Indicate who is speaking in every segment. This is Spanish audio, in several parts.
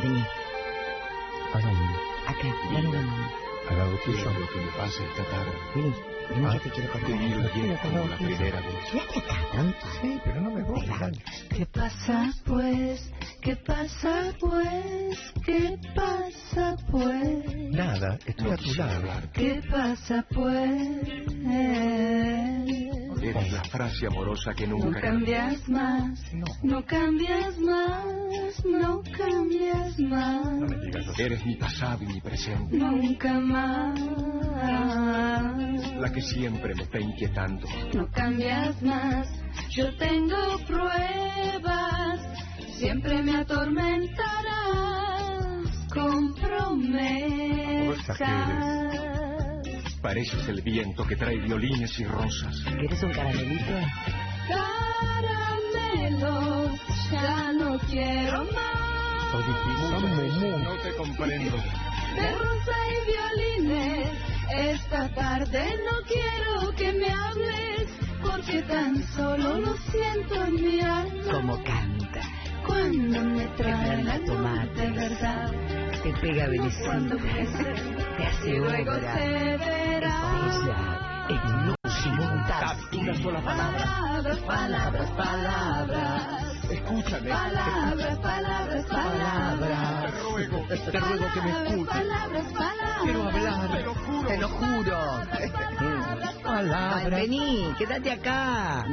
Speaker 1: señor.
Speaker 2: ¿A dónde?
Speaker 1: Acá, dame la mano.
Speaker 2: Al lado tuyo.
Speaker 3: lo que me pase esta tarde.
Speaker 1: Vení, vení
Speaker 3: Ah,
Speaker 1: que te quiero contar.
Speaker 3: Tenido
Speaker 1: algo.
Speaker 3: ayer
Speaker 1: Quiero contar
Speaker 3: como la
Speaker 1: algo.
Speaker 3: primera vez.
Speaker 1: Quédate acá, tonto.
Speaker 2: Sí, pero no me voy. dale.
Speaker 1: ¿Qué pasa pues? ¿Qué pasa pues? ¿Qué pasa pues?
Speaker 2: Nada, estoy a tu lado.
Speaker 1: ¿Qué pasa pues?
Speaker 3: Eres la frase amorosa que
Speaker 1: No
Speaker 3: nunca
Speaker 1: cambias más,
Speaker 2: No.
Speaker 1: no cambias más, no cambias
Speaker 2: No
Speaker 1: más,
Speaker 2: me digas así.
Speaker 3: Eres mi pasado y mi presente.
Speaker 1: nunca más.
Speaker 3: La que siempre me está inquietando.
Speaker 1: No cambias más, yo tengo pruebas, siempre me atormentarás con
Speaker 2: Cosa
Speaker 1: promesas.
Speaker 3: Pareces el viento que trae violines y rosas.
Speaker 1: ¿Quieres un caramelito? Caramelo, ya no quiero más.
Speaker 2: O disimúlame mucho.
Speaker 3: te comprendo.
Speaker 1: De rosa y violines, esta tarde no quiero que me hables, porque tan solo lo siento en mi alma.
Speaker 4: Como canta,
Speaker 1: Cuando me traen la
Speaker 4: Fernando
Speaker 1: luz de
Speaker 4: Matos.
Speaker 1: verdad,
Speaker 4: te pega
Speaker 1: cuando
Speaker 4: Belisín,
Speaker 1: crece,
Speaker 4: te hace
Speaker 1: y luego
Speaker 4: obra.
Speaker 1: se
Speaker 4: Ella
Speaker 5: e
Speaker 1: verá.
Speaker 4: es Lucy
Speaker 3: Una sola palabra.
Speaker 1: Palabras, palabras, palabras.
Speaker 3: Escúchame.
Speaker 1: Palabras, palabras,
Speaker 3: Te
Speaker 1: palabras.
Speaker 3: ruego.
Speaker 4: Te ruego que me escuches.
Speaker 1: Palabras, palabras.
Speaker 4: Quiero hablar,
Speaker 3: Te lo juro.
Speaker 4: te lo juro.
Speaker 1: Palabras,
Speaker 4: Ay,
Speaker 1: palabras.
Speaker 4: Vení, quédate acá.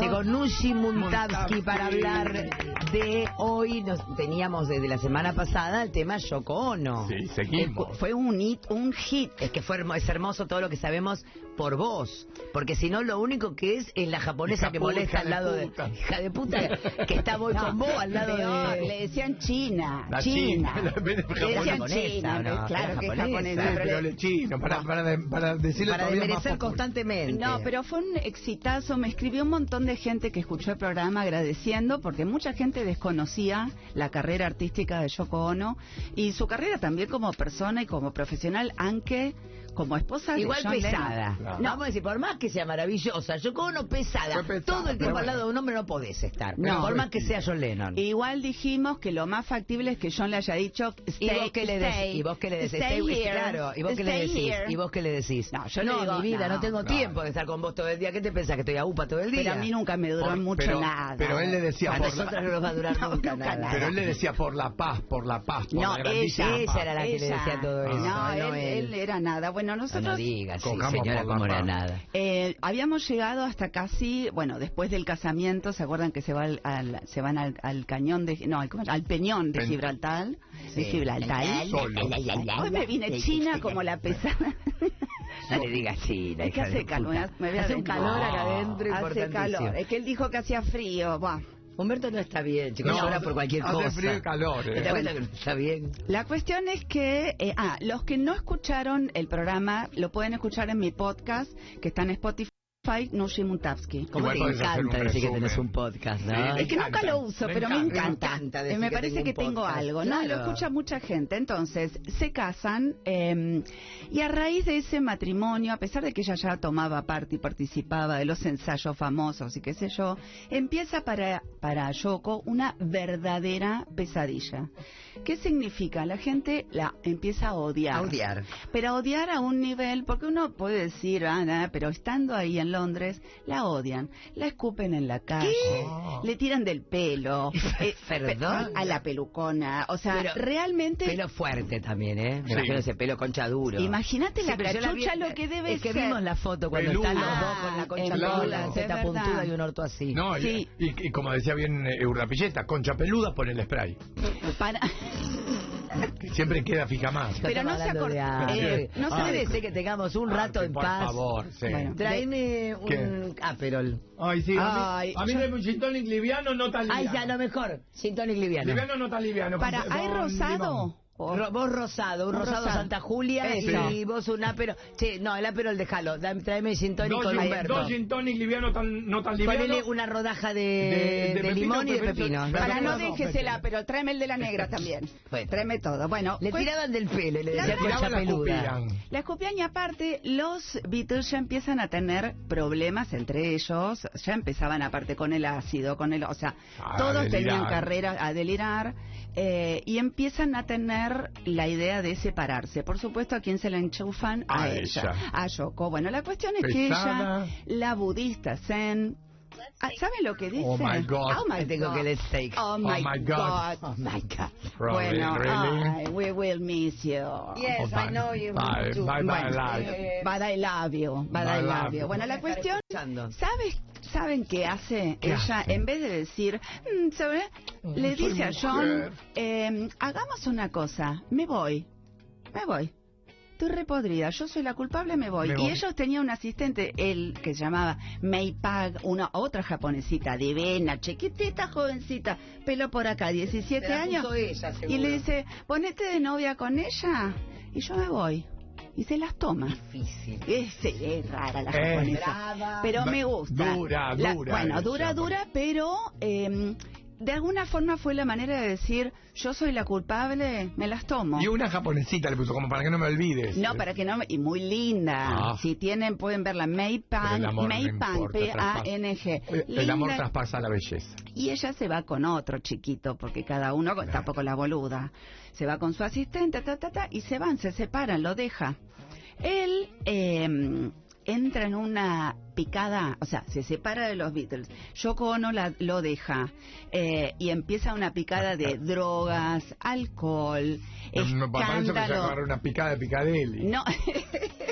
Speaker 4: Llegó Nushi Muntavsky para hablar de hoy. Nos teníamos desde la semana pasada el tema Yoko Ono.
Speaker 6: Sí, seguimos.
Speaker 4: Eh, Fue un hit, un hit. Es que fue hermo- es hermoso todo lo que sabemos por vos. Porque si no, lo único que es es la japonesa
Speaker 6: Hija
Speaker 4: que
Speaker 6: pu-
Speaker 4: molesta
Speaker 6: hija
Speaker 4: al
Speaker 6: de
Speaker 4: lado
Speaker 6: puta.
Speaker 4: de. Hija de puta, que está voy con vos al lado
Speaker 5: Peor,
Speaker 4: de.
Speaker 5: le decían China.
Speaker 6: La
Speaker 5: China.
Speaker 6: China, en vez de
Speaker 5: Le decían
Speaker 4: japonesa,
Speaker 5: China,
Speaker 4: ¿o no?
Speaker 5: claro
Speaker 4: Era
Speaker 5: que es
Speaker 4: japonesa.
Speaker 5: japonesa.
Speaker 4: Sí,
Speaker 5: pero
Speaker 6: Pero
Speaker 5: le-
Speaker 6: el chino, para, para, de- para decirle
Speaker 4: Para
Speaker 6: todavía más
Speaker 4: desmerecer
Speaker 6: popular.
Speaker 4: constantemente.
Speaker 5: No, pero fue un exitazo. Me escribió un montón de gente que escuchó el programa agradeciendo porque mucha gente desconocía la carrera artística de Yoko Ono y su carrera también como persona y como profesional, aunque como esposa de
Speaker 4: Igual
Speaker 5: John
Speaker 4: pesada.
Speaker 5: Lennon.
Speaker 4: No. Vamos a decir, por más que sea maravillosa, yo con uno pesada,
Speaker 6: Fue pesada,
Speaker 4: todo el
Speaker 6: pero
Speaker 4: tiempo al
Speaker 6: bueno.
Speaker 4: lado de un hombre no podés estar.
Speaker 5: No.
Speaker 4: por más que sea John Lennon.
Speaker 5: Igual dijimos que lo más factible es que John le haya dicho
Speaker 4: ¿Y
Speaker 5: stay,
Speaker 4: vos qué le decís?
Speaker 5: stay,
Speaker 4: ¿Y vos qué le decís?
Speaker 5: stay
Speaker 4: Stay-
Speaker 5: here,
Speaker 4: claro, ¿y vos qué le
Speaker 5: stay
Speaker 4: decís?
Speaker 5: here.
Speaker 4: ¿Y vos qué le decís?
Speaker 5: No, yo le digo,
Speaker 4: mi vida, no,
Speaker 5: no,
Speaker 4: tengo
Speaker 6: no.
Speaker 4: tiempo de estar con vos todo el día. ¿Qué te pensás? ¿Que estoy a UPA todo el día?
Speaker 5: Pero a mí nunca me duró
Speaker 6: Por-
Speaker 5: mucho
Speaker 6: pero-
Speaker 5: nada.
Speaker 6: pero él le decía,
Speaker 4: A
Speaker 6: por
Speaker 4: nosotras
Speaker 6: la-
Speaker 4: no nos va a durar
Speaker 5: No,
Speaker 4: nunca
Speaker 5: nunca
Speaker 4: nada.
Speaker 5: nada.
Speaker 6: Pero él le decía por la paz, por la paz, por
Speaker 5: No,
Speaker 6: la grandísima
Speaker 5: ella,
Speaker 4: ella
Speaker 6: paz.
Speaker 4: era la que le
Speaker 5: ella.
Speaker 4: decía todo eso,
Speaker 5: No,
Speaker 4: no
Speaker 5: él,
Speaker 4: él.
Speaker 5: él era nada. Bueno,
Speaker 4: No,
Speaker 5: nosotros
Speaker 4: no digas, sí,
Speaker 6: Cojamos
Speaker 4: señora,
Speaker 6: por la
Speaker 4: como era
Speaker 6: paz.
Speaker 4: nada.
Speaker 5: eh, habíamos llegado hasta casi, bueno, después del casamiento, ¿se acuerdan que se, va al, al- se van al, al cañón de, no, al, ¿cómo es? al peñón de
Speaker 6: Pen-
Speaker 5: Gibraltar? De
Speaker 4: Sí.
Speaker 5: Gibraltar.
Speaker 6: Solo.
Speaker 5: Hoy me vine china como la pesada.
Speaker 4: No le digas sí, la
Speaker 5: Es que
Speaker 4: hija de
Speaker 5: hace calor,
Speaker 4: puta.
Speaker 5: me voy
Speaker 4: Hace un
Speaker 5: adentro.
Speaker 4: calor acá
Speaker 6: No.
Speaker 4: adentro
Speaker 5: Hace calor.
Speaker 4: importantísimo.
Speaker 5: Es que él dijo que hacía frío. Buah.
Speaker 4: Humberto no está bien, chicos.
Speaker 6: No,
Speaker 4: llora por cualquier
Speaker 6: hace
Speaker 4: cosa.
Speaker 6: frío y calor,
Speaker 4: ¿Te
Speaker 6: eh.
Speaker 4: das cuenta que no está bien?
Speaker 5: La cuestión es que, eh, ah, los que no escucharon el programa lo pueden escuchar en mi podcast que está en Spotify, Nushi Muntavsky.
Speaker 4: Como
Speaker 6: Igual
Speaker 4: te
Speaker 6: podés
Speaker 4: encanta
Speaker 6: hacer un
Speaker 4: decir que
Speaker 6: resumen.
Speaker 4: tenés un podcast,
Speaker 6: Sí,
Speaker 4: ¿no?
Speaker 6: me
Speaker 5: Es que nunca
Speaker 6: encanta,
Speaker 5: lo uso,
Speaker 6: me
Speaker 5: pero
Speaker 6: encanta.
Speaker 5: me encanta.
Speaker 4: Ah, Me encanta decir
Speaker 5: Eh, me
Speaker 4: que
Speaker 5: parece
Speaker 4: tengo
Speaker 5: que
Speaker 4: un
Speaker 5: tengo
Speaker 4: podcast.
Speaker 5: algo, ¿no? Y Lo
Speaker 4: Claro.
Speaker 5: escucha mucha gente. Entonces, se casan eh, y a raíz de ese matrimonio, a pesar de que ella ya tomaba parte y participaba de los ensayos famosos y qué sé yo, empieza para, para Yoko una verdadera pesadilla. ¿Qué significa? La gente la empieza a odiar.
Speaker 4: A odiar.
Speaker 5: Pero a odiar a un nivel, porque uno puede decir, ah, nada, pero estando ahí en Londres, la odian, la escupen en la calle, le tiran del pelo, eh,
Speaker 4: Perdón.
Speaker 5: pe- a la pelucona, o sea,
Speaker 4: Pero-
Speaker 5: realmente,
Speaker 4: Pelo fuerte también, ¿eh? Me
Speaker 6: Sí.
Speaker 4: imagino ese pelo concha duro.
Speaker 5: imagínate la
Speaker 4: Sí, pero yo la vi-
Speaker 5: cachucha lo que debe
Speaker 4: Es que
Speaker 5: ser.
Speaker 4: vimos la foto cuando
Speaker 6: Peludo.
Speaker 4: están los dos
Speaker 5: Ah,
Speaker 4: con la concha
Speaker 5: es
Speaker 4: peluda,
Speaker 6: verdad.
Speaker 4: la seta
Speaker 5: Es verdad.
Speaker 4: puntuda y un orto así.
Speaker 6: No, y-
Speaker 5: Sí.
Speaker 6: y, y como decía bien eh, Urdapilleta, concha peluda por el spray.
Speaker 5: Para-
Speaker 6: que Siempre queda fija más.
Speaker 4: Pero
Speaker 5: Pero no se
Speaker 4: hablando de
Speaker 5: acor-
Speaker 4: hambre.
Speaker 5: eh, no se-
Speaker 4: Puede ser que tengamos un rato
Speaker 6: Ah,
Speaker 4: en
Speaker 6: por
Speaker 4: paz.
Speaker 6: favor, sí.
Speaker 5: Bueno.
Speaker 4: Traeme un aperol.
Speaker 6: Ay,
Speaker 4: Ah.
Speaker 6: sí, a mí,
Speaker 4: Ay,
Speaker 6: a mí
Speaker 4: yo-
Speaker 6: deme un gin tonic liviano, no tan
Speaker 4: Ay,
Speaker 6: liviano.
Speaker 4: ya lo mejor. Sin tonic liviano.
Speaker 6: Liviano, no tan liviano.
Speaker 5: para,
Speaker 6: con-
Speaker 5: ¿hay
Speaker 6: con
Speaker 5: rosado
Speaker 6: limón.
Speaker 5: o rojo.
Speaker 4: Oh, Ro- vos rosado, un
Speaker 5: Un
Speaker 4: rosado,
Speaker 5: rosado.
Speaker 4: Santa Julia
Speaker 5: Eso.
Speaker 4: y vos un ápero. Che, no, el ápero el déjalo. Dame- Tráeme gin tonic
Speaker 6: Dos
Speaker 4: con
Speaker 6: gin,
Speaker 4: Humberto.
Speaker 6: dos gin tonic liviano, tan, no tan liviano.
Speaker 4: Ponele una rodaja de,
Speaker 6: De- de
Speaker 4: de
Speaker 6: pepino,
Speaker 4: limón y de
Speaker 6: pepino,
Speaker 4: pepino.
Speaker 6: pepino.
Speaker 5: Para no
Speaker 6: no, no,
Speaker 5: déjesela,
Speaker 6: no.
Speaker 5: pero tráeme el de la negra también.
Speaker 4: Bueno.
Speaker 5: Tráeme todo. Bueno,
Speaker 4: Le
Speaker 5: pues-
Speaker 4: tiraban del pelo y le
Speaker 5: La
Speaker 4: decían
Speaker 5: verdad-
Speaker 4: concha
Speaker 6: Tiraban, la
Speaker 4: peluda.
Speaker 6: escupían.
Speaker 5: La escupían y aparte los Beatles ya empiezan a tener problemas entre ellos, ya empezaban aparte con el ácido, con el, o sea,
Speaker 6: A
Speaker 5: todos tenían
Speaker 6: delirar.
Speaker 5: carreras a delirar eh, y empiezan a tener la idea de separarse. Por supuesto, ¿a quién se la enchufan? A,
Speaker 6: A
Speaker 5: ella.
Speaker 6: ella.
Speaker 5: a Yoko. Bueno, la cuestión es
Speaker 6: Pesada.
Speaker 5: que ella, la budista Zen, ah, ¿saben lo que dice?
Speaker 6: Oh, my God.
Speaker 5: Oh my
Speaker 4: Le tengo
Speaker 5: God.
Speaker 4: que le steak.
Speaker 5: Oh my, God.
Speaker 4: Oh my God.
Speaker 6: Probably,
Speaker 5: Bueno,
Speaker 6: really.
Speaker 5: ay, we will miss you. eh,
Speaker 6: Oh, bye. Bye, bye, bye, life.
Speaker 5: Bada y labio, bada y
Speaker 6: Bada y
Speaker 5: labio.
Speaker 6: labio.
Speaker 5: Bueno, la cuestión,
Speaker 4: Escuchando.
Speaker 5: ¿sabes, ¿saben qué hace
Speaker 6: ¿Qué
Speaker 5: ella?
Speaker 6: hace?
Speaker 5: En vez de decir, "Mm, ¿sabe?", le
Speaker 6: soy
Speaker 5: dice a John,
Speaker 6: mujer.
Speaker 5: eh, hagamos una cosa, me voy, me voy. Estoy repodrida, yo soy la culpable, me voy.
Speaker 6: Me
Speaker 5: y
Speaker 6: voy.
Speaker 5: ellos tenían un asistente, él que se llamaba May Pag, una otra japonesita divina, chiquitita, jovencita, pelo por acá, 17
Speaker 4: Se la
Speaker 5: años.
Speaker 4: puso ella,
Speaker 5: y le
Speaker 4: seguro.
Speaker 5: dice, ponete de novia con ella y yo me voy. Y se las toma.
Speaker 4: Difícil.
Speaker 5: Es, es rara la
Speaker 6: Eh.
Speaker 5: japonesa. Pero me gusta.
Speaker 6: Dura,
Speaker 5: La-
Speaker 6: dura
Speaker 5: bueno,
Speaker 6: esa,
Speaker 5: dura,
Speaker 6: bueno.
Speaker 5: dura, pero eh, de alguna forma fue la manera de decir, yo soy la culpable, me las tomo.
Speaker 6: Y una japonesita le puso, como para que no me olvides.
Speaker 5: No, para que no me- y muy linda.
Speaker 6: Ah.
Speaker 5: Si tienen pueden verla May
Speaker 6: Pero
Speaker 5: Pang,
Speaker 6: el amor no
Speaker 5: May Pang,
Speaker 6: importa,
Speaker 5: P A N G.
Speaker 6: Eh, El amor traspasa la belleza.
Speaker 5: Y ella se va con otro chiquito, porque cada uno, tampoco la boluda, se va con su asistente, ta, ta, ta, y se van, se separan, lo deja. Él eh, entra en una picada, o sea, se separa de los Beatles. Yoko Ono la- lo deja eh, y empieza una picada de drogas, alcohol,
Speaker 6: Me parece que se agarra
Speaker 5: escándalo.
Speaker 6: una picada de picadelli.
Speaker 5: No,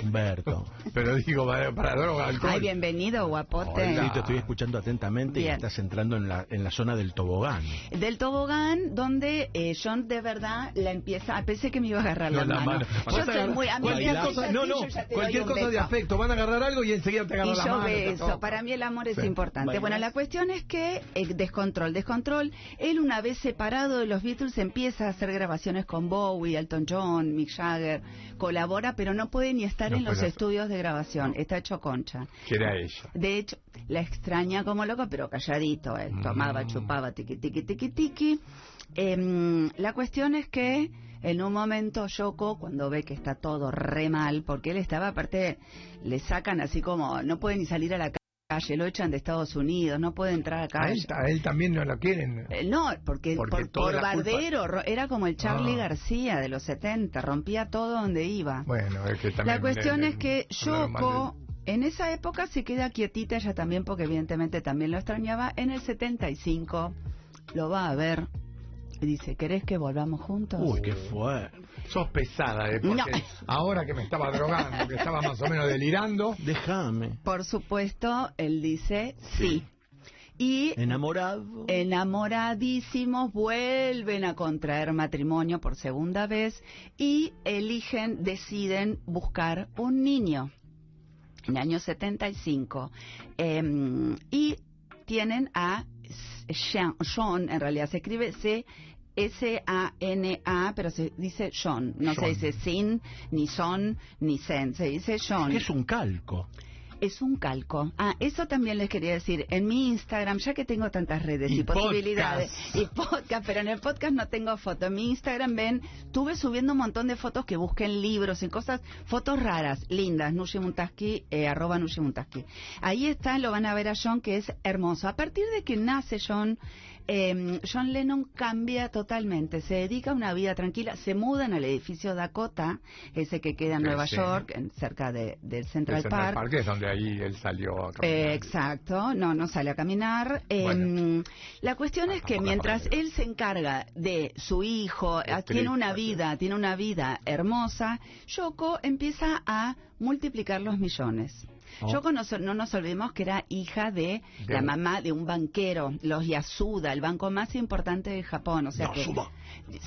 Speaker 2: Humberto.
Speaker 6: Pero digo, para, para droga, alcohol.
Speaker 5: ay, bienvenido, guapote.
Speaker 6: Hola.
Speaker 2: Sí, te estoy escuchando atentamente
Speaker 5: Bien.
Speaker 2: y estás entrando en la, en la zona del tobogán.
Speaker 5: del tobogán donde eh, John de verdad la empieza ah, pensé que me iba a agarrar la,
Speaker 2: No, la
Speaker 5: mano.
Speaker 2: mano. Vas
Speaker 5: yo
Speaker 2: a
Speaker 5: soy
Speaker 2: agarrar-
Speaker 5: muy a mí
Speaker 6: cualquier
Speaker 5: me
Speaker 6: cosa,
Speaker 5: agarras
Speaker 6: no,
Speaker 5: así,
Speaker 6: no,
Speaker 5: yo ya te
Speaker 6: cualquier
Speaker 5: doy un
Speaker 6: cosa de
Speaker 5: beso.
Speaker 6: afecto. Van a agarrar algo y enseguida te agarran
Speaker 5: y
Speaker 6: la
Speaker 5: yo
Speaker 6: mano.
Speaker 5: beso,
Speaker 6: todo.
Speaker 5: para mí el amor es
Speaker 6: Sí.
Speaker 5: importante.
Speaker 2: Bueno.
Speaker 5: Bueno, la cuestión es que el descontrol, descontrol, él una vez separado de los Beatles empieza a hacer grabaciones con Bowie, Elton John, Mick Jagger, colabora, pero no puede ni estar
Speaker 6: No
Speaker 5: en los
Speaker 6: puede hacer.
Speaker 5: estudios de grabación, está hecho concha.
Speaker 6: Que era ella.
Speaker 5: De hecho, la extraña como loco, pero calladito. Él
Speaker 6: Mm.
Speaker 5: tomaba, chupaba, tiqui, tiqui, tiqui, tiqui. Em, la cuestión es que en un momento Yoko, cuando ve que está todo re mal, porque él estaba, aparte, le sacan así como, no puede ni salir a la calle, lo echan de Estados Unidos, no puede entrar a
Speaker 6: A
Speaker 5: calle.
Speaker 6: él, a él también no lo quieren.
Speaker 5: Eh, No, porque,
Speaker 6: Porque
Speaker 5: por,
Speaker 6: toda
Speaker 5: por
Speaker 6: la culpa-
Speaker 5: bardero, ro- era como el Charlie
Speaker 6: Ah.
Speaker 5: García de los 70, rompía todo donde iba.
Speaker 6: Bueno, es que también.
Speaker 5: La cuestión
Speaker 6: eh,
Speaker 5: es que
Speaker 6: hablaron mal de-
Speaker 5: Yoko en esa época se queda quietita ella también porque evidentemente también lo extrañaba. En el 75 lo va a ver y dice, ¿querés que volvamos juntos?
Speaker 2: Uy, qué fuerte.
Speaker 6: Sos pesada, ¿eh? Porque
Speaker 5: No.
Speaker 6: ahora que me estaba drogando, que estaba más o menos delirando.
Speaker 2: Déjame.
Speaker 5: Por supuesto, él dice sí. Y
Speaker 2: Eh, Enamorado.
Speaker 5: enamoradísimos vuelven a contraer matrimonio por segunda vez y eligen, deciden buscar un niño en el año 75 Em, y tienen a Sean, Sean, en realidad se escribe C S-A-N-A, pero se dice Sean, no
Speaker 6: Sean.
Speaker 5: se dice sin, ni son, ni sen, se dice Sean.
Speaker 2: Que es un calco.
Speaker 5: Es un calco. Ah, eso también les quería decir. En mi Instagram, ya que tengo tantas redes y,
Speaker 6: Y
Speaker 5: posibilidades y podcast, pero en el podcast no tengo foto. En mi Instagram, ven, tuve subiendo un montón de fotos que busquen libros y cosas, fotos raras, lindas, Nushimuntaski, eh, arroba Nushimuntaski. Ahí está, lo van a ver a John, que es hermoso. A partir de que nace John, eh, John Lennon cambia totalmente. Se dedica a una vida tranquila. Se mudan al edificio Dakota, ese que queda en
Speaker 6: Sí,
Speaker 5: Nueva
Speaker 6: sí.
Speaker 5: York, en- cerca de, del Central
Speaker 6: Es en el
Speaker 5: Park.
Speaker 6: parque es donde ahí él salió a caminar.
Speaker 5: Eh, exacto, no, no sale a caminar. Eh,
Speaker 6: Bueno.
Speaker 5: La cuestión es
Speaker 6: Ah,
Speaker 5: que
Speaker 6: tampoco
Speaker 5: mientras
Speaker 6: aparece.
Speaker 5: él se encarga de su hijo,
Speaker 6: Es
Speaker 5: ah, tiene una
Speaker 6: triste,
Speaker 5: vida, tiene una vida hermosa, Yoko empieza a multiplicar los millones.
Speaker 2: Oh.
Speaker 5: Yoko no, so- no nos olvidemos que era hija de la
Speaker 6: Bien.
Speaker 5: mamá de un banquero, los Yasuda, el banco más importante de Japón, o sea que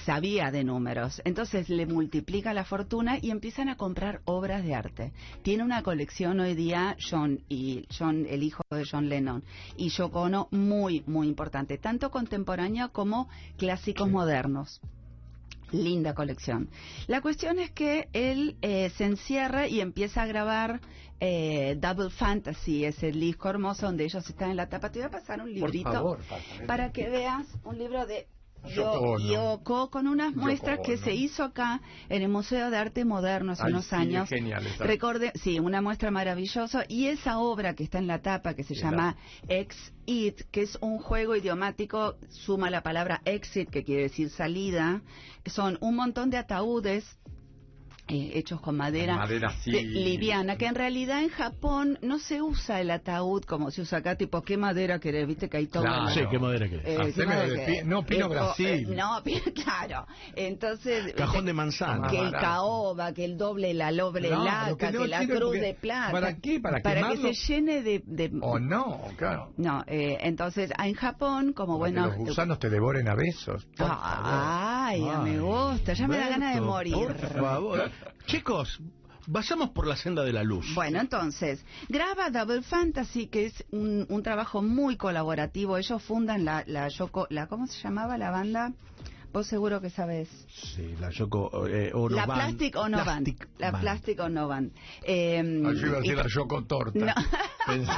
Speaker 5: sabía de números. Entonces le multiplica la fortuna y empiezan a comprar obras de arte. Tiene una colección hoy día John y John, el hijo de John Lennon y Yoko Ono muy muy importante, tanto contemporánea como clásicos modernos. linda colección. La cuestión es que él eh, se encierra y empieza a grabar eh, Double Fantasy, ese disco hermoso donde ellos están en la tapa. Te voy a pasar un
Speaker 6: Por
Speaker 5: librito
Speaker 6: favor, pásame.
Speaker 5: para que veas un libro de
Speaker 6: Yoko
Speaker 5: Yo-
Speaker 6: Ono.
Speaker 5: Yoko, con unas
Speaker 6: Yoko
Speaker 5: muestras que
Speaker 6: Ono.
Speaker 5: se hizo acá en el Museo de Arte Moderno hace
Speaker 6: Ay,
Speaker 5: unos
Speaker 6: sí,
Speaker 5: años.
Speaker 6: es genial esa.
Speaker 5: Recorde, sí, una muestra maravillosa. Y esa obra que está en la tapa, que se
Speaker 6: Sí,
Speaker 5: llama Ex It, que es un juego idiomático, suma la palabra exit, que quiere decir salida. Son un montón de ataúdes eh, hechos con madera,
Speaker 6: Madera, sí.
Speaker 5: de- liviana, que en realidad en Japón no se usa el ataúd como se usa acá, tipo, ¿qué madera querés? Viste que hay todo.
Speaker 6: Claro.
Speaker 2: Sí, qué madera que es.
Speaker 5: Eh,
Speaker 6: Haceme
Speaker 5: ¿qué más
Speaker 6: lo de
Speaker 5: es?
Speaker 6: pi- no, Pino
Speaker 5: Eh,
Speaker 6: Brasil.
Speaker 5: eh, no, pi- claro. Entonces,
Speaker 2: Cajón de
Speaker 6: Ah,
Speaker 2: manzana.
Speaker 5: que el
Speaker 6: barato.
Speaker 5: caoba, que el doble, la lobre
Speaker 6: No, lo
Speaker 5: laca,
Speaker 6: que
Speaker 5: que,
Speaker 6: no
Speaker 5: la
Speaker 6: quiero
Speaker 5: cruz
Speaker 6: porque-
Speaker 5: de plata.
Speaker 6: ¿para qué? ¿Para
Speaker 5: que
Speaker 6: quemarlo?
Speaker 5: se llene de... de-
Speaker 6: O no, claro.
Speaker 5: No, eh, entonces, ah, en Japón, como
Speaker 6: Para que
Speaker 5: bueno... eh, Ah,
Speaker 6: los gusanos te devoren a besos. por favor.
Speaker 5: Ay, ya me gusta, ya me da ganas de
Speaker 2: Humberto,
Speaker 5: morir.
Speaker 2: Por favor. Chicos, vayamos por la senda de la luz.
Speaker 5: Bueno, entonces, graba Double Fantasy, que es un, un trabajo muy colaborativo. Ellos fundan la, la Yoko, la, ¿cómo se llamaba la banda? Vos seguro que sabes.
Speaker 2: Sí, la Yoko eh, Ono
Speaker 5: la
Speaker 2: Band.
Speaker 5: Plastic Ono Band.
Speaker 2: Plastic
Speaker 5: La
Speaker 2: Band.
Speaker 5: Plastic Ono Band. Eh,
Speaker 6: Ah, yo iba a decir
Speaker 5: y-
Speaker 6: la Yoko Torta.
Speaker 5: No.
Speaker 6: Pensé-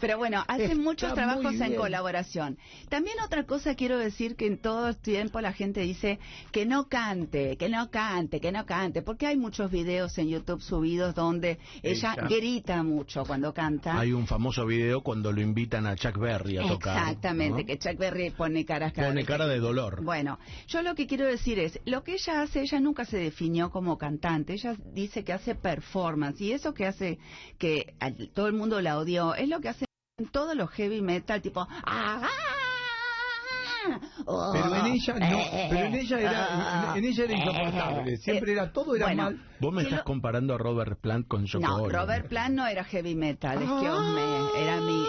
Speaker 5: Pero bueno, hacen
Speaker 6: Está
Speaker 5: muchos
Speaker 6: muy
Speaker 5: trabajos en
Speaker 6: bien.
Speaker 5: colaboración. También otra cosa quiero decir que en todo tiempo la gente dice que no cante, que no cante, que no cante, porque hay muchos videos en YouTube subidos donde ella,
Speaker 6: Ella.
Speaker 5: grita mucho cuando canta.
Speaker 2: Hay un famoso video cuando lo invitan a Chuck Berry a tocar.
Speaker 5: Exactamente,
Speaker 2: ¿no?
Speaker 5: que Chuck Berry pone caras cada
Speaker 2: Pone
Speaker 5: vez.
Speaker 2: cara de dolor.
Speaker 5: Bueno, yo lo que quiero decir es, lo que ella hace, ella nunca se definió como cantante, ella dice que hace performance y eso que hace que al- todo el mundo la odió, es lo que hace en todos los heavy metal, tipo... "Ah, ah, ah, oh,
Speaker 6: Pero en ella no,
Speaker 5: eh,
Speaker 6: pero en ella
Speaker 5: ah,
Speaker 6: era, en ella era
Speaker 5: eh,
Speaker 6: insoportable, siempre
Speaker 5: eh,
Speaker 6: era todo era
Speaker 5: bueno,
Speaker 6: mal.
Speaker 2: Vos me
Speaker 5: yo
Speaker 2: estás
Speaker 5: lo-
Speaker 2: comparando a Robert Plant con Yoko
Speaker 5: no,
Speaker 2: Ono.
Speaker 5: Robert Plant no era heavy metal, es que me, era mi,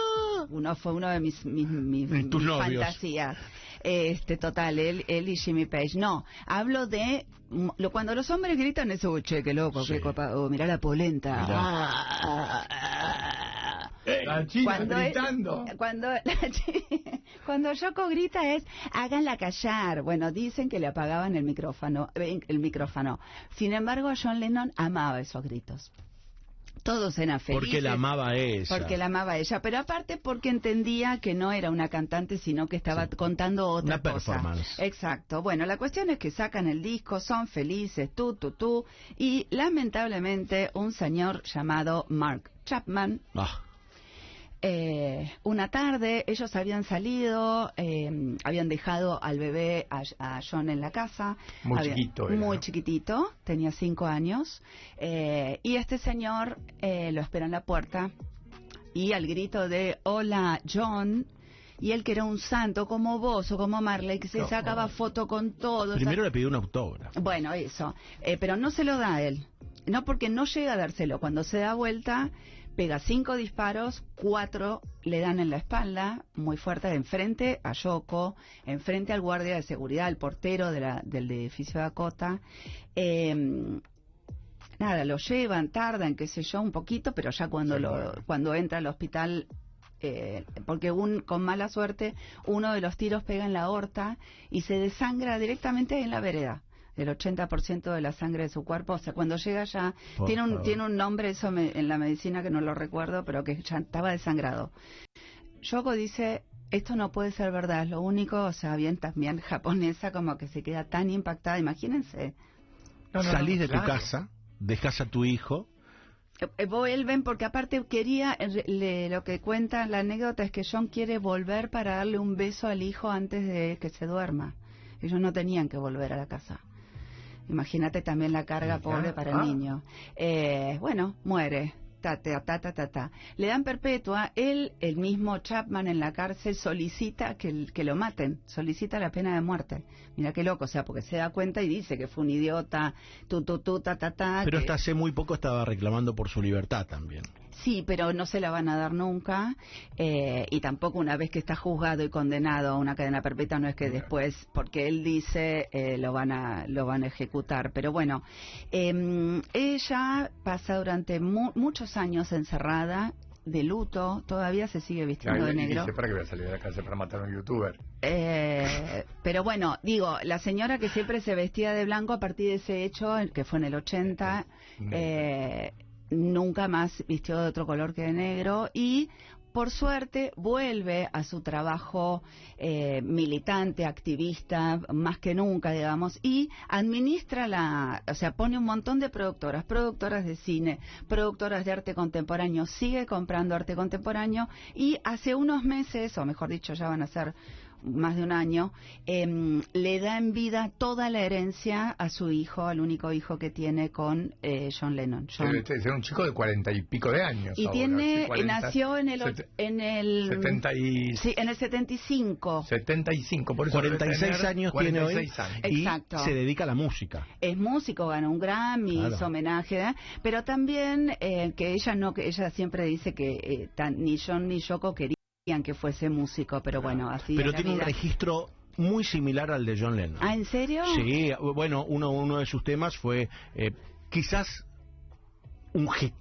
Speaker 5: uno fue uno de mis, mis, mis-
Speaker 2: Y Ah. tus
Speaker 5: mis
Speaker 2: novios.
Speaker 5: fantasías. Este, total, él, él y Jimmy Page. No, hablo de mm, lo, cuando los hombres gritan eso, "Uy, che, qué loco,
Speaker 2: Sí.
Speaker 5: qué copa, oh, mirá la polenta.
Speaker 2: Mirá.
Speaker 5: Ah, ah, ah.
Speaker 6: Eh, La chica
Speaker 5: es-
Speaker 6: gritando.
Speaker 5: cuando, la chi- cuando Yoko grita es háganla callar. Bueno, dicen que le apagaban el micrófono, eh, el micrófono. Sin embargo, John Lennon amaba esos gritos. Todos eran felices.
Speaker 2: Porque la amaba ella.
Speaker 5: Porque la amaba ella, pero aparte porque entendía que no era una cantante, sino que estaba contando otra
Speaker 2: Una
Speaker 5: cosa.
Speaker 2: performance.
Speaker 5: Exacto. Bueno, la cuestión es que sacan el disco, son felices, tú, tú, tú, y lamentablemente un señor llamado Mark Chapman
Speaker 2: Ah,
Speaker 5: eh, una tarde ellos habían salido, eh, habían dejado al bebé a, a John en la casa.
Speaker 6: Muy
Speaker 5: Habían-
Speaker 6: chiquito era,
Speaker 5: Muy
Speaker 6: ¿no?
Speaker 5: chiquitito, tenía cinco años. eh, y este señor eh, lo espera en la puerta y al grito de hola John. Y él que era un santo como vos o como Marley, que se
Speaker 6: No.
Speaker 5: sacaba foto con todo.
Speaker 2: primero le pidió un autógrafo.
Speaker 5: Bueno, eso. Eh, pero no se lo da a él. No porque no llega a dárselo. Cuando se da vuelta, pega cinco disparos, cuatro le dan en la espalda, muy fuerte, enfrente a Yoko, enfrente al guardia de seguridad, al portero de la- del edificio de Dakota. Eh, nada, lo llevan, tardan, qué sé yo, un poquito, pero ya cuando,
Speaker 6: Se
Speaker 5: lo,
Speaker 6: muere.
Speaker 5: cuando entra al hospital... eh, porque un, con mala suerte uno de los tiros pega en la aorta y se desangra directamente ahí en la vereda. El 80% de la sangre de su cuerpo, o sea, cuando llega ya,
Speaker 2: Por
Speaker 5: tiene un,
Speaker 2: favor.
Speaker 5: tiene un nombre eso me- en la medicina que no lo recuerdo, pero que ya estaba desangrado. Yoko dice, esto no puede ser verdad, es lo único, o sea, bien también japonesa como que se queda tan impactada, imagínense.
Speaker 6: No, no, no,
Speaker 2: Salís de tu
Speaker 6: claro.
Speaker 2: casa, dejás a tu hijo.
Speaker 5: Eh, eh, Vuelven porque aparte quería, en re- le- lo que cuenta la anécdota es que John quiere volver para darle un beso al hijo antes de que se duerma. Ellos no tenían que volver a la casa. Imagínate también la carga
Speaker 6: Mirá,
Speaker 5: pobre para el
Speaker 6: ah.
Speaker 5: niño. Eh, bueno, muere. Ta, ta, ta, ta, ta, ta. Le dan perpetua. Él, el mismo Chapman en la cárcel, solicita que, el- que lo maten. Solicita la pena de muerte. Mira qué loco, o sea, porque se da cuenta y dice que fue un idiota. Tu, tu, tu, ta, ta, ta.
Speaker 2: Pero
Speaker 5: Ah, que-
Speaker 2: hasta hace muy poco estaba reclamando por su libertad también.
Speaker 5: Sí, pero no se la van a dar nunca. eh, y tampoco una vez que está juzgado y condenado a una cadena perpetua, no es que después, porque él dice, eh, lo, van a, lo van a ejecutar. Pero bueno, em, ella pasa durante mu- muchos años encerrada. de luto, todavía se sigue vistiendo de
Speaker 6: Ahí
Speaker 5: negro.
Speaker 6: Dice, para que voy a salir de la cárcel para matar a un youtuber.
Speaker 5: Eh, pero bueno, digo, la señora que siempre se vestía de blanco a partir de ese hecho, el que fue en el 80, eh, nunca más vistió de otro color que de negro y por suerte vuelve a su trabajo eh, militante, activista, más que nunca, digamos, y administra la, o sea, pone un montón de productoras, productoras de cine, productoras de arte contemporáneo, sigue comprando arte contemporáneo y hace unos meses, o mejor dicho, ya van a ser más de un año, em, le da en vida toda la herencia a su hijo, al único hijo que tiene con eh, John Lennon. John.
Speaker 6: Debe ser este un chico de cuarenta y pico de años.
Speaker 5: Y
Speaker 6: ahora,
Speaker 5: tiene, eh,
Speaker 6: sí, 40,
Speaker 5: nació en el, och-
Speaker 6: sete-
Speaker 5: en el
Speaker 6: setenta y
Speaker 5: sí, en el 75.
Speaker 6: 75, por eso
Speaker 2: 46 años tiene hoy
Speaker 6: 46 años.
Speaker 2: y
Speaker 5: Exacto.
Speaker 2: se dedica a la música.
Speaker 5: es músico, ganó un Grammy,
Speaker 2: Claro.
Speaker 5: hizo homenaje, ¿eh? pero también eh, que ella no, que ella siempre dice que eh, tan- ni John ni Yoko querían que fuese músico, pero bueno, así es
Speaker 2: Pero
Speaker 5: la
Speaker 2: tiene un
Speaker 5: vida.
Speaker 2: registro muy similar al de John Lennon.
Speaker 5: Ah, ¿en serio?
Speaker 2: Sí, bueno, uno, uno de sus temas fue eh, quizás un hit,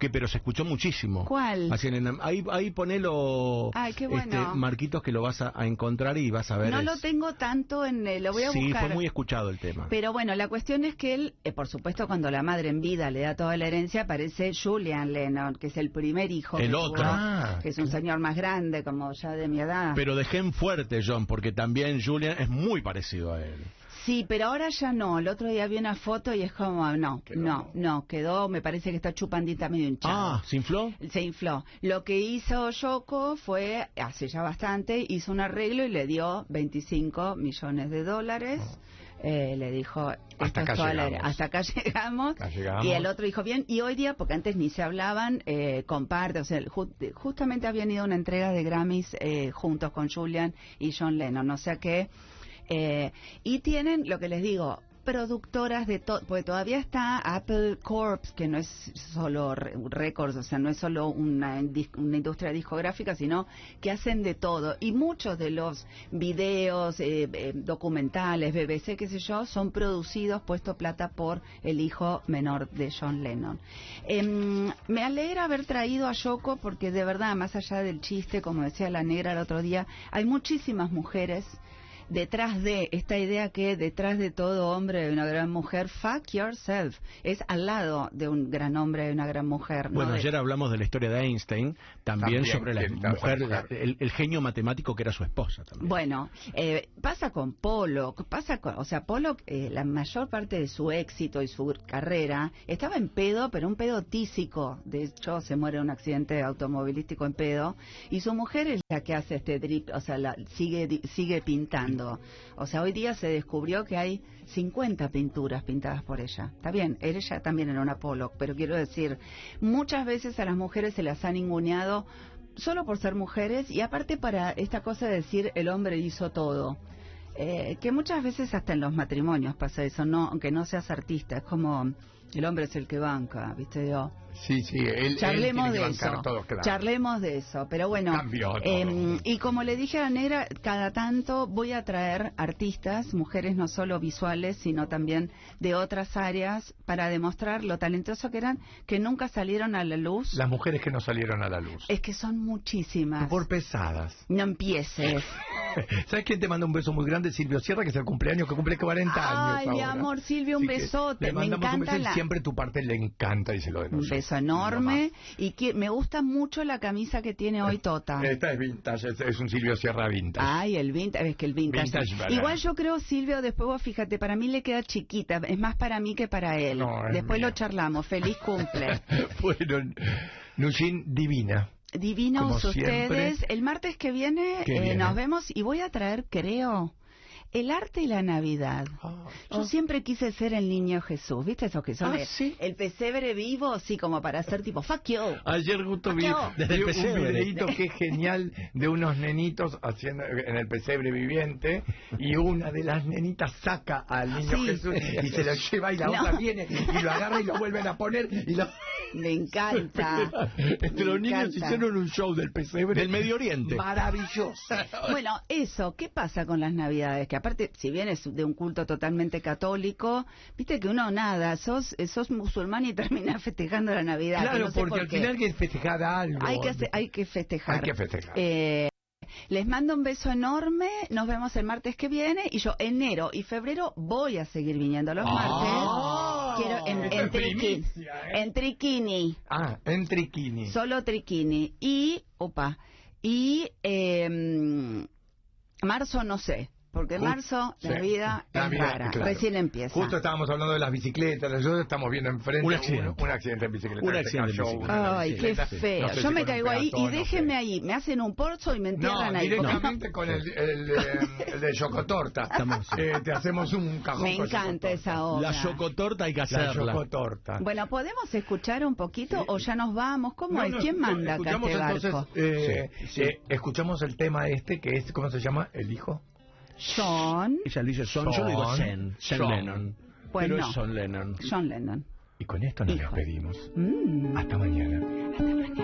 Speaker 2: que pero se escuchó muchísimo.
Speaker 5: ¿Cuál?
Speaker 2: Así en el- ahí, ahí ponelo,
Speaker 5: Ay, qué
Speaker 2: este,
Speaker 5: bueno.
Speaker 2: Marquitos, que lo vas a, a encontrar y vas a ver.
Speaker 5: No
Speaker 2: es-
Speaker 5: lo tengo tanto en, eh, lo voy a
Speaker 2: sí,
Speaker 5: buscar.
Speaker 2: fue muy escuchado el tema.
Speaker 5: Pero bueno, la cuestión es que él, eh, por supuesto, cuando la madre en vida le da toda la herencia, aparece Julian Lennon, que es el primer hijo.
Speaker 2: El
Speaker 5: que
Speaker 2: otro.
Speaker 5: tuvo,
Speaker 6: Ah,
Speaker 5: que es un señor más grande, como ya de mi edad.
Speaker 2: Pero dejé en fuerte, John, porque también Julian es muy parecido a él.
Speaker 5: Sí, pero ahora ya no. El otro día vi una foto y es como, no,
Speaker 6: Quedó.
Speaker 5: no, no, quedó, me parece que está chupandita medio hinchada.
Speaker 2: Ah, ¿se infló?
Speaker 5: Se infló. Lo que hizo Yoko fue, hace ya bastante, hizo un arreglo y le dio 25 millones de dólares. Eh, le dijo, esto
Speaker 6: Ah. Hasta
Speaker 5: es
Speaker 6: acá
Speaker 5: toda la-
Speaker 6: llegamos.
Speaker 5: hasta acá llegamos.
Speaker 6: Acá llegamos.
Speaker 5: Y el otro dijo, bien, y hoy día, porque antes ni se hablaban, eh, comparte, o sea, ju- justamente habían ido a una entrega de Grammys eh, juntos con Julian y John Lennon, o sea que... Eh, y tienen, lo que les digo, productoras de todo, porque todavía está Apple Corps, que no es solo re- récords, o sea, no es solo una, dis- una industria discográfica, sino que hacen de todo. Y muchos de los videos, eh, eh, documentales, BBC, qué sé yo, son producidos, puesto plata por el hijo menor de John Lennon. Em, me alegra haber traído a Yoko porque de verdad, más allá del chiste, como decía la negra el otro día, hay muchísimas mujeres detrás de esta idea que detrás de todo hombre hay una gran mujer, fuck yourself, es al lado de un gran hombre y una gran mujer. ¿no?
Speaker 2: Bueno,
Speaker 5: De-
Speaker 2: ayer hablamos de la historia de Einstein, también,
Speaker 6: También,
Speaker 2: sobre la
Speaker 6: que está-
Speaker 2: mujer,
Speaker 6: claro.
Speaker 2: la- el, el genio matemático que era su esposa también.
Speaker 5: Bueno, eh, pasa con Pollock, pasa con, o sea, Pollock, eh, la mayor parte de su éxito y su carrera estaba en pedo, pero un pedo tísico. De hecho, se muere en un accidente automovilístico en pedo y su mujer es la que hace este drip, o sea, la, sigue di- sigue pintando. O sea, hoy día se descubrió que hay 50 pinturas pintadas por ella. Está bien, ella también era una Pollock, pero quiero decir, muchas veces a las mujeres se las han ninguneado solo por ser mujeres y aparte para esta cosa de decir el hombre hizo todo. Eh, que muchas veces hasta en los matrimonios pasa eso, no, aunque no seas artista, es como el hombre es el que banca, ¿viste? Digo,
Speaker 6: sí, sí, él, él
Speaker 5: charlemos
Speaker 6: tiene que
Speaker 5: de
Speaker 6: bancar
Speaker 5: eso.
Speaker 6: todo, claro.
Speaker 5: Charlemos de eso, pero bueno.
Speaker 6: Cambió todo.
Speaker 5: em, y como le dije a la negra, cada tanto voy a traer artistas, mujeres no solo visuales, sino también de otras áreas, para demostrar lo talentoso que eran, que nunca salieron a la luz.
Speaker 6: Las mujeres que no salieron a la luz.
Speaker 5: Es que son muchísimas.
Speaker 6: Por pesadas.
Speaker 5: No empieces.
Speaker 6: ¿Sabes quién te manda un beso muy grande? Silvio Sierra, que es el cumpleaños, que cumple 40 años.
Speaker 5: Ay, mi
Speaker 6: ahora.
Speaker 5: amor, Silvio, un
Speaker 6: Así que
Speaker 5: besote.
Speaker 6: Le
Speaker 5: Me
Speaker 6: mandamos un
Speaker 5: encanta
Speaker 6: beso y
Speaker 5: la...
Speaker 6: siempre tu parte le encanta, dice lo de
Speaker 5: Un
Speaker 6: nosotros.
Speaker 5: beso enorme. Y que me gusta mucho la camisa que tiene hoy Tota.
Speaker 6: Esta es Eh, vintage, es, es un Silvio Sierra vintage.
Speaker 5: Ay, el vintage, es que el vintage.
Speaker 6: Vintage, ¿verdad?
Speaker 5: Igual yo creo, Silvio, después vos fíjate, para mí le queda chiquita, es más para mí que para él.
Speaker 6: No, es
Speaker 5: después
Speaker 6: mío.
Speaker 5: lo charlamos, feliz cumple.
Speaker 6: Fueron Nushin Divina.
Speaker 5: Divinos
Speaker 6: Como siempre.
Speaker 5: ustedes, el martes que viene,
Speaker 6: Que
Speaker 5: eh,
Speaker 6: viene.
Speaker 5: nos vemos y voy a traer, creo, el arte y la Navidad. Yo
Speaker 6: Oh.
Speaker 5: siempre quise ser el niño Jesús, ¿viste esos que son?
Speaker 2: Ah,
Speaker 5: el,
Speaker 2: sí.
Speaker 5: el pesebre vivo, sí, como para hacer tipo, fuck you.
Speaker 6: Ayer justo vi,
Speaker 5: Acabó.
Speaker 6: desde el
Speaker 2: Vi un
Speaker 6: pesebre. un videito
Speaker 2: videíto
Speaker 6: que es genial de unos nenitos haciendo en el pesebre viviente y una de las nenitas saca al niño
Speaker 5: Sí.
Speaker 6: Jesús y se lo lleva y la
Speaker 5: No.
Speaker 6: otra viene y lo agarra y lo vuelven a poner y lo...
Speaker 5: Me encanta.
Speaker 6: Entre los niños
Speaker 5: Ah, encanta.
Speaker 6: hicieron un show del pesebre.
Speaker 2: Del Medio Oriente.
Speaker 6: Maravilloso.
Speaker 5: Bueno, eso, ¿qué pasa con las Navidades? Que aparte, si bien es de un culto totalmente católico, viste que uno nada, sos, eh, sos musulmán y terminás festejando la Navidad. que
Speaker 6: Claro,
Speaker 5: no sé
Speaker 6: porque
Speaker 5: por
Speaker 6: al
Speaker 5: qué.
Speaker 6: final hay que festejar algo.
Speaker 5: hay que, hace- hay que festejar.
Speaker 6: Hay que festejar.
Speaker 5: Eh, les mando un beso enorme, nos vemos el martes que viene y yo enero y febrero voy a seguir viniendo los
Speaker 6: Ah.
Speaker 5: martes. Quiero en,
Speaker 6: Esa
Speaker 5: en
Speaker 6: es
Speaker 5: triqui-
Speaker 6: primicia, ¿eh?
Speaker 5: en triquini.
Speaker 6: Ah, en triquini.
Speaker 5: Solo Triquini. Y, opa, y em, marzo no sé, porque
Speaker 6: Ju-
Speaker 5: marzo la
Speaker 6: sí.
Speaker 5: vida
Speaker 6: La
Speaker 5: es
Speaker 6: vida,
Speaker 5: rara,
Speaker 6: claro.
Speaker 5: recién empieza.
Speaker 6: Justo estábamos hablando de las bicicletas, nosotros estamos viendo enfrente
Speaker 2: Un accidente.
Speaker 6: Un, un accidente en este bicicleta.
Speaker 2: Un
Speaker 6: Se
Speaker 2: accidente en
Speaker 6: cayó
Speaker 2: bicicleta.
Speaker 6: una
Speaker 5: Ay, qué
Speaker 6: bicicleta.
Speaker 5: feo.
Speaker 6: No sé
Speaker 5: Yo
Speaker 6: si
Speaker 5: me
Speaker 6: con un
Speaker 5: caigo ahí
Speaker 6: peatón,
Speaker 5: y
Speaker 6: no
Speaker 5: déjenme
Speaker 6: sé.
Speaker 5: ahí. Me hacen un porcho y me entierran
Speaker 6: No,
Speaker 5: ahí.
Speaker 6: directamente con el, el, eh, el de Chocotorta.
Speaker 2: Estamos-
Speaker 6: Eh, te hacemos un cajón.
Speaker 5: Me
Speaker 6: con
Speaker 5: encanta
Speaker 6: Chocotorta.
Speaker 5: esa obra.
Speaker 2: La chocotorta hay que
Speaker 6: La
Speaker 2: hacerla.
Speaker 6: Chocotorta.
Speaker 5: Bueno, ¿podemos escuchar un poquito o ya nos vamos? ¿Cómo
Speaker 6: No,
Speaker 5: es?
Speaker 6: no,
Speaker 5: ¿Quién
Speaker 6: escu-
Speaker 5: manda acá
Speaker 6: escuchamos
Speaker 5: este barco?
Speaker 6: entonces, eh, eh, escuchamos el tema este que es, ¿cómo se llama? El hijo.
Speaker 5: John,
Speaker 2: Ella le dice son, yo le digo
Speaker 6: Son.
Speaker 2: Zen, Zen
Speaker 6: Son.
Speaker 2: Lennon.
Speaker 5: Pues
Speaker 2: Pero
Speaker 5: no.
Speaker 2: es Son Lennon.
Speaker 5: John Lennon.
Speaker 6: Y con esto nos
Speaker 5: Hijo.
Speaker 6: despedimos.
Speaker 5: Mm.
Speaker 6: Hasta mañana.
Speaker 5: Hasta mañana.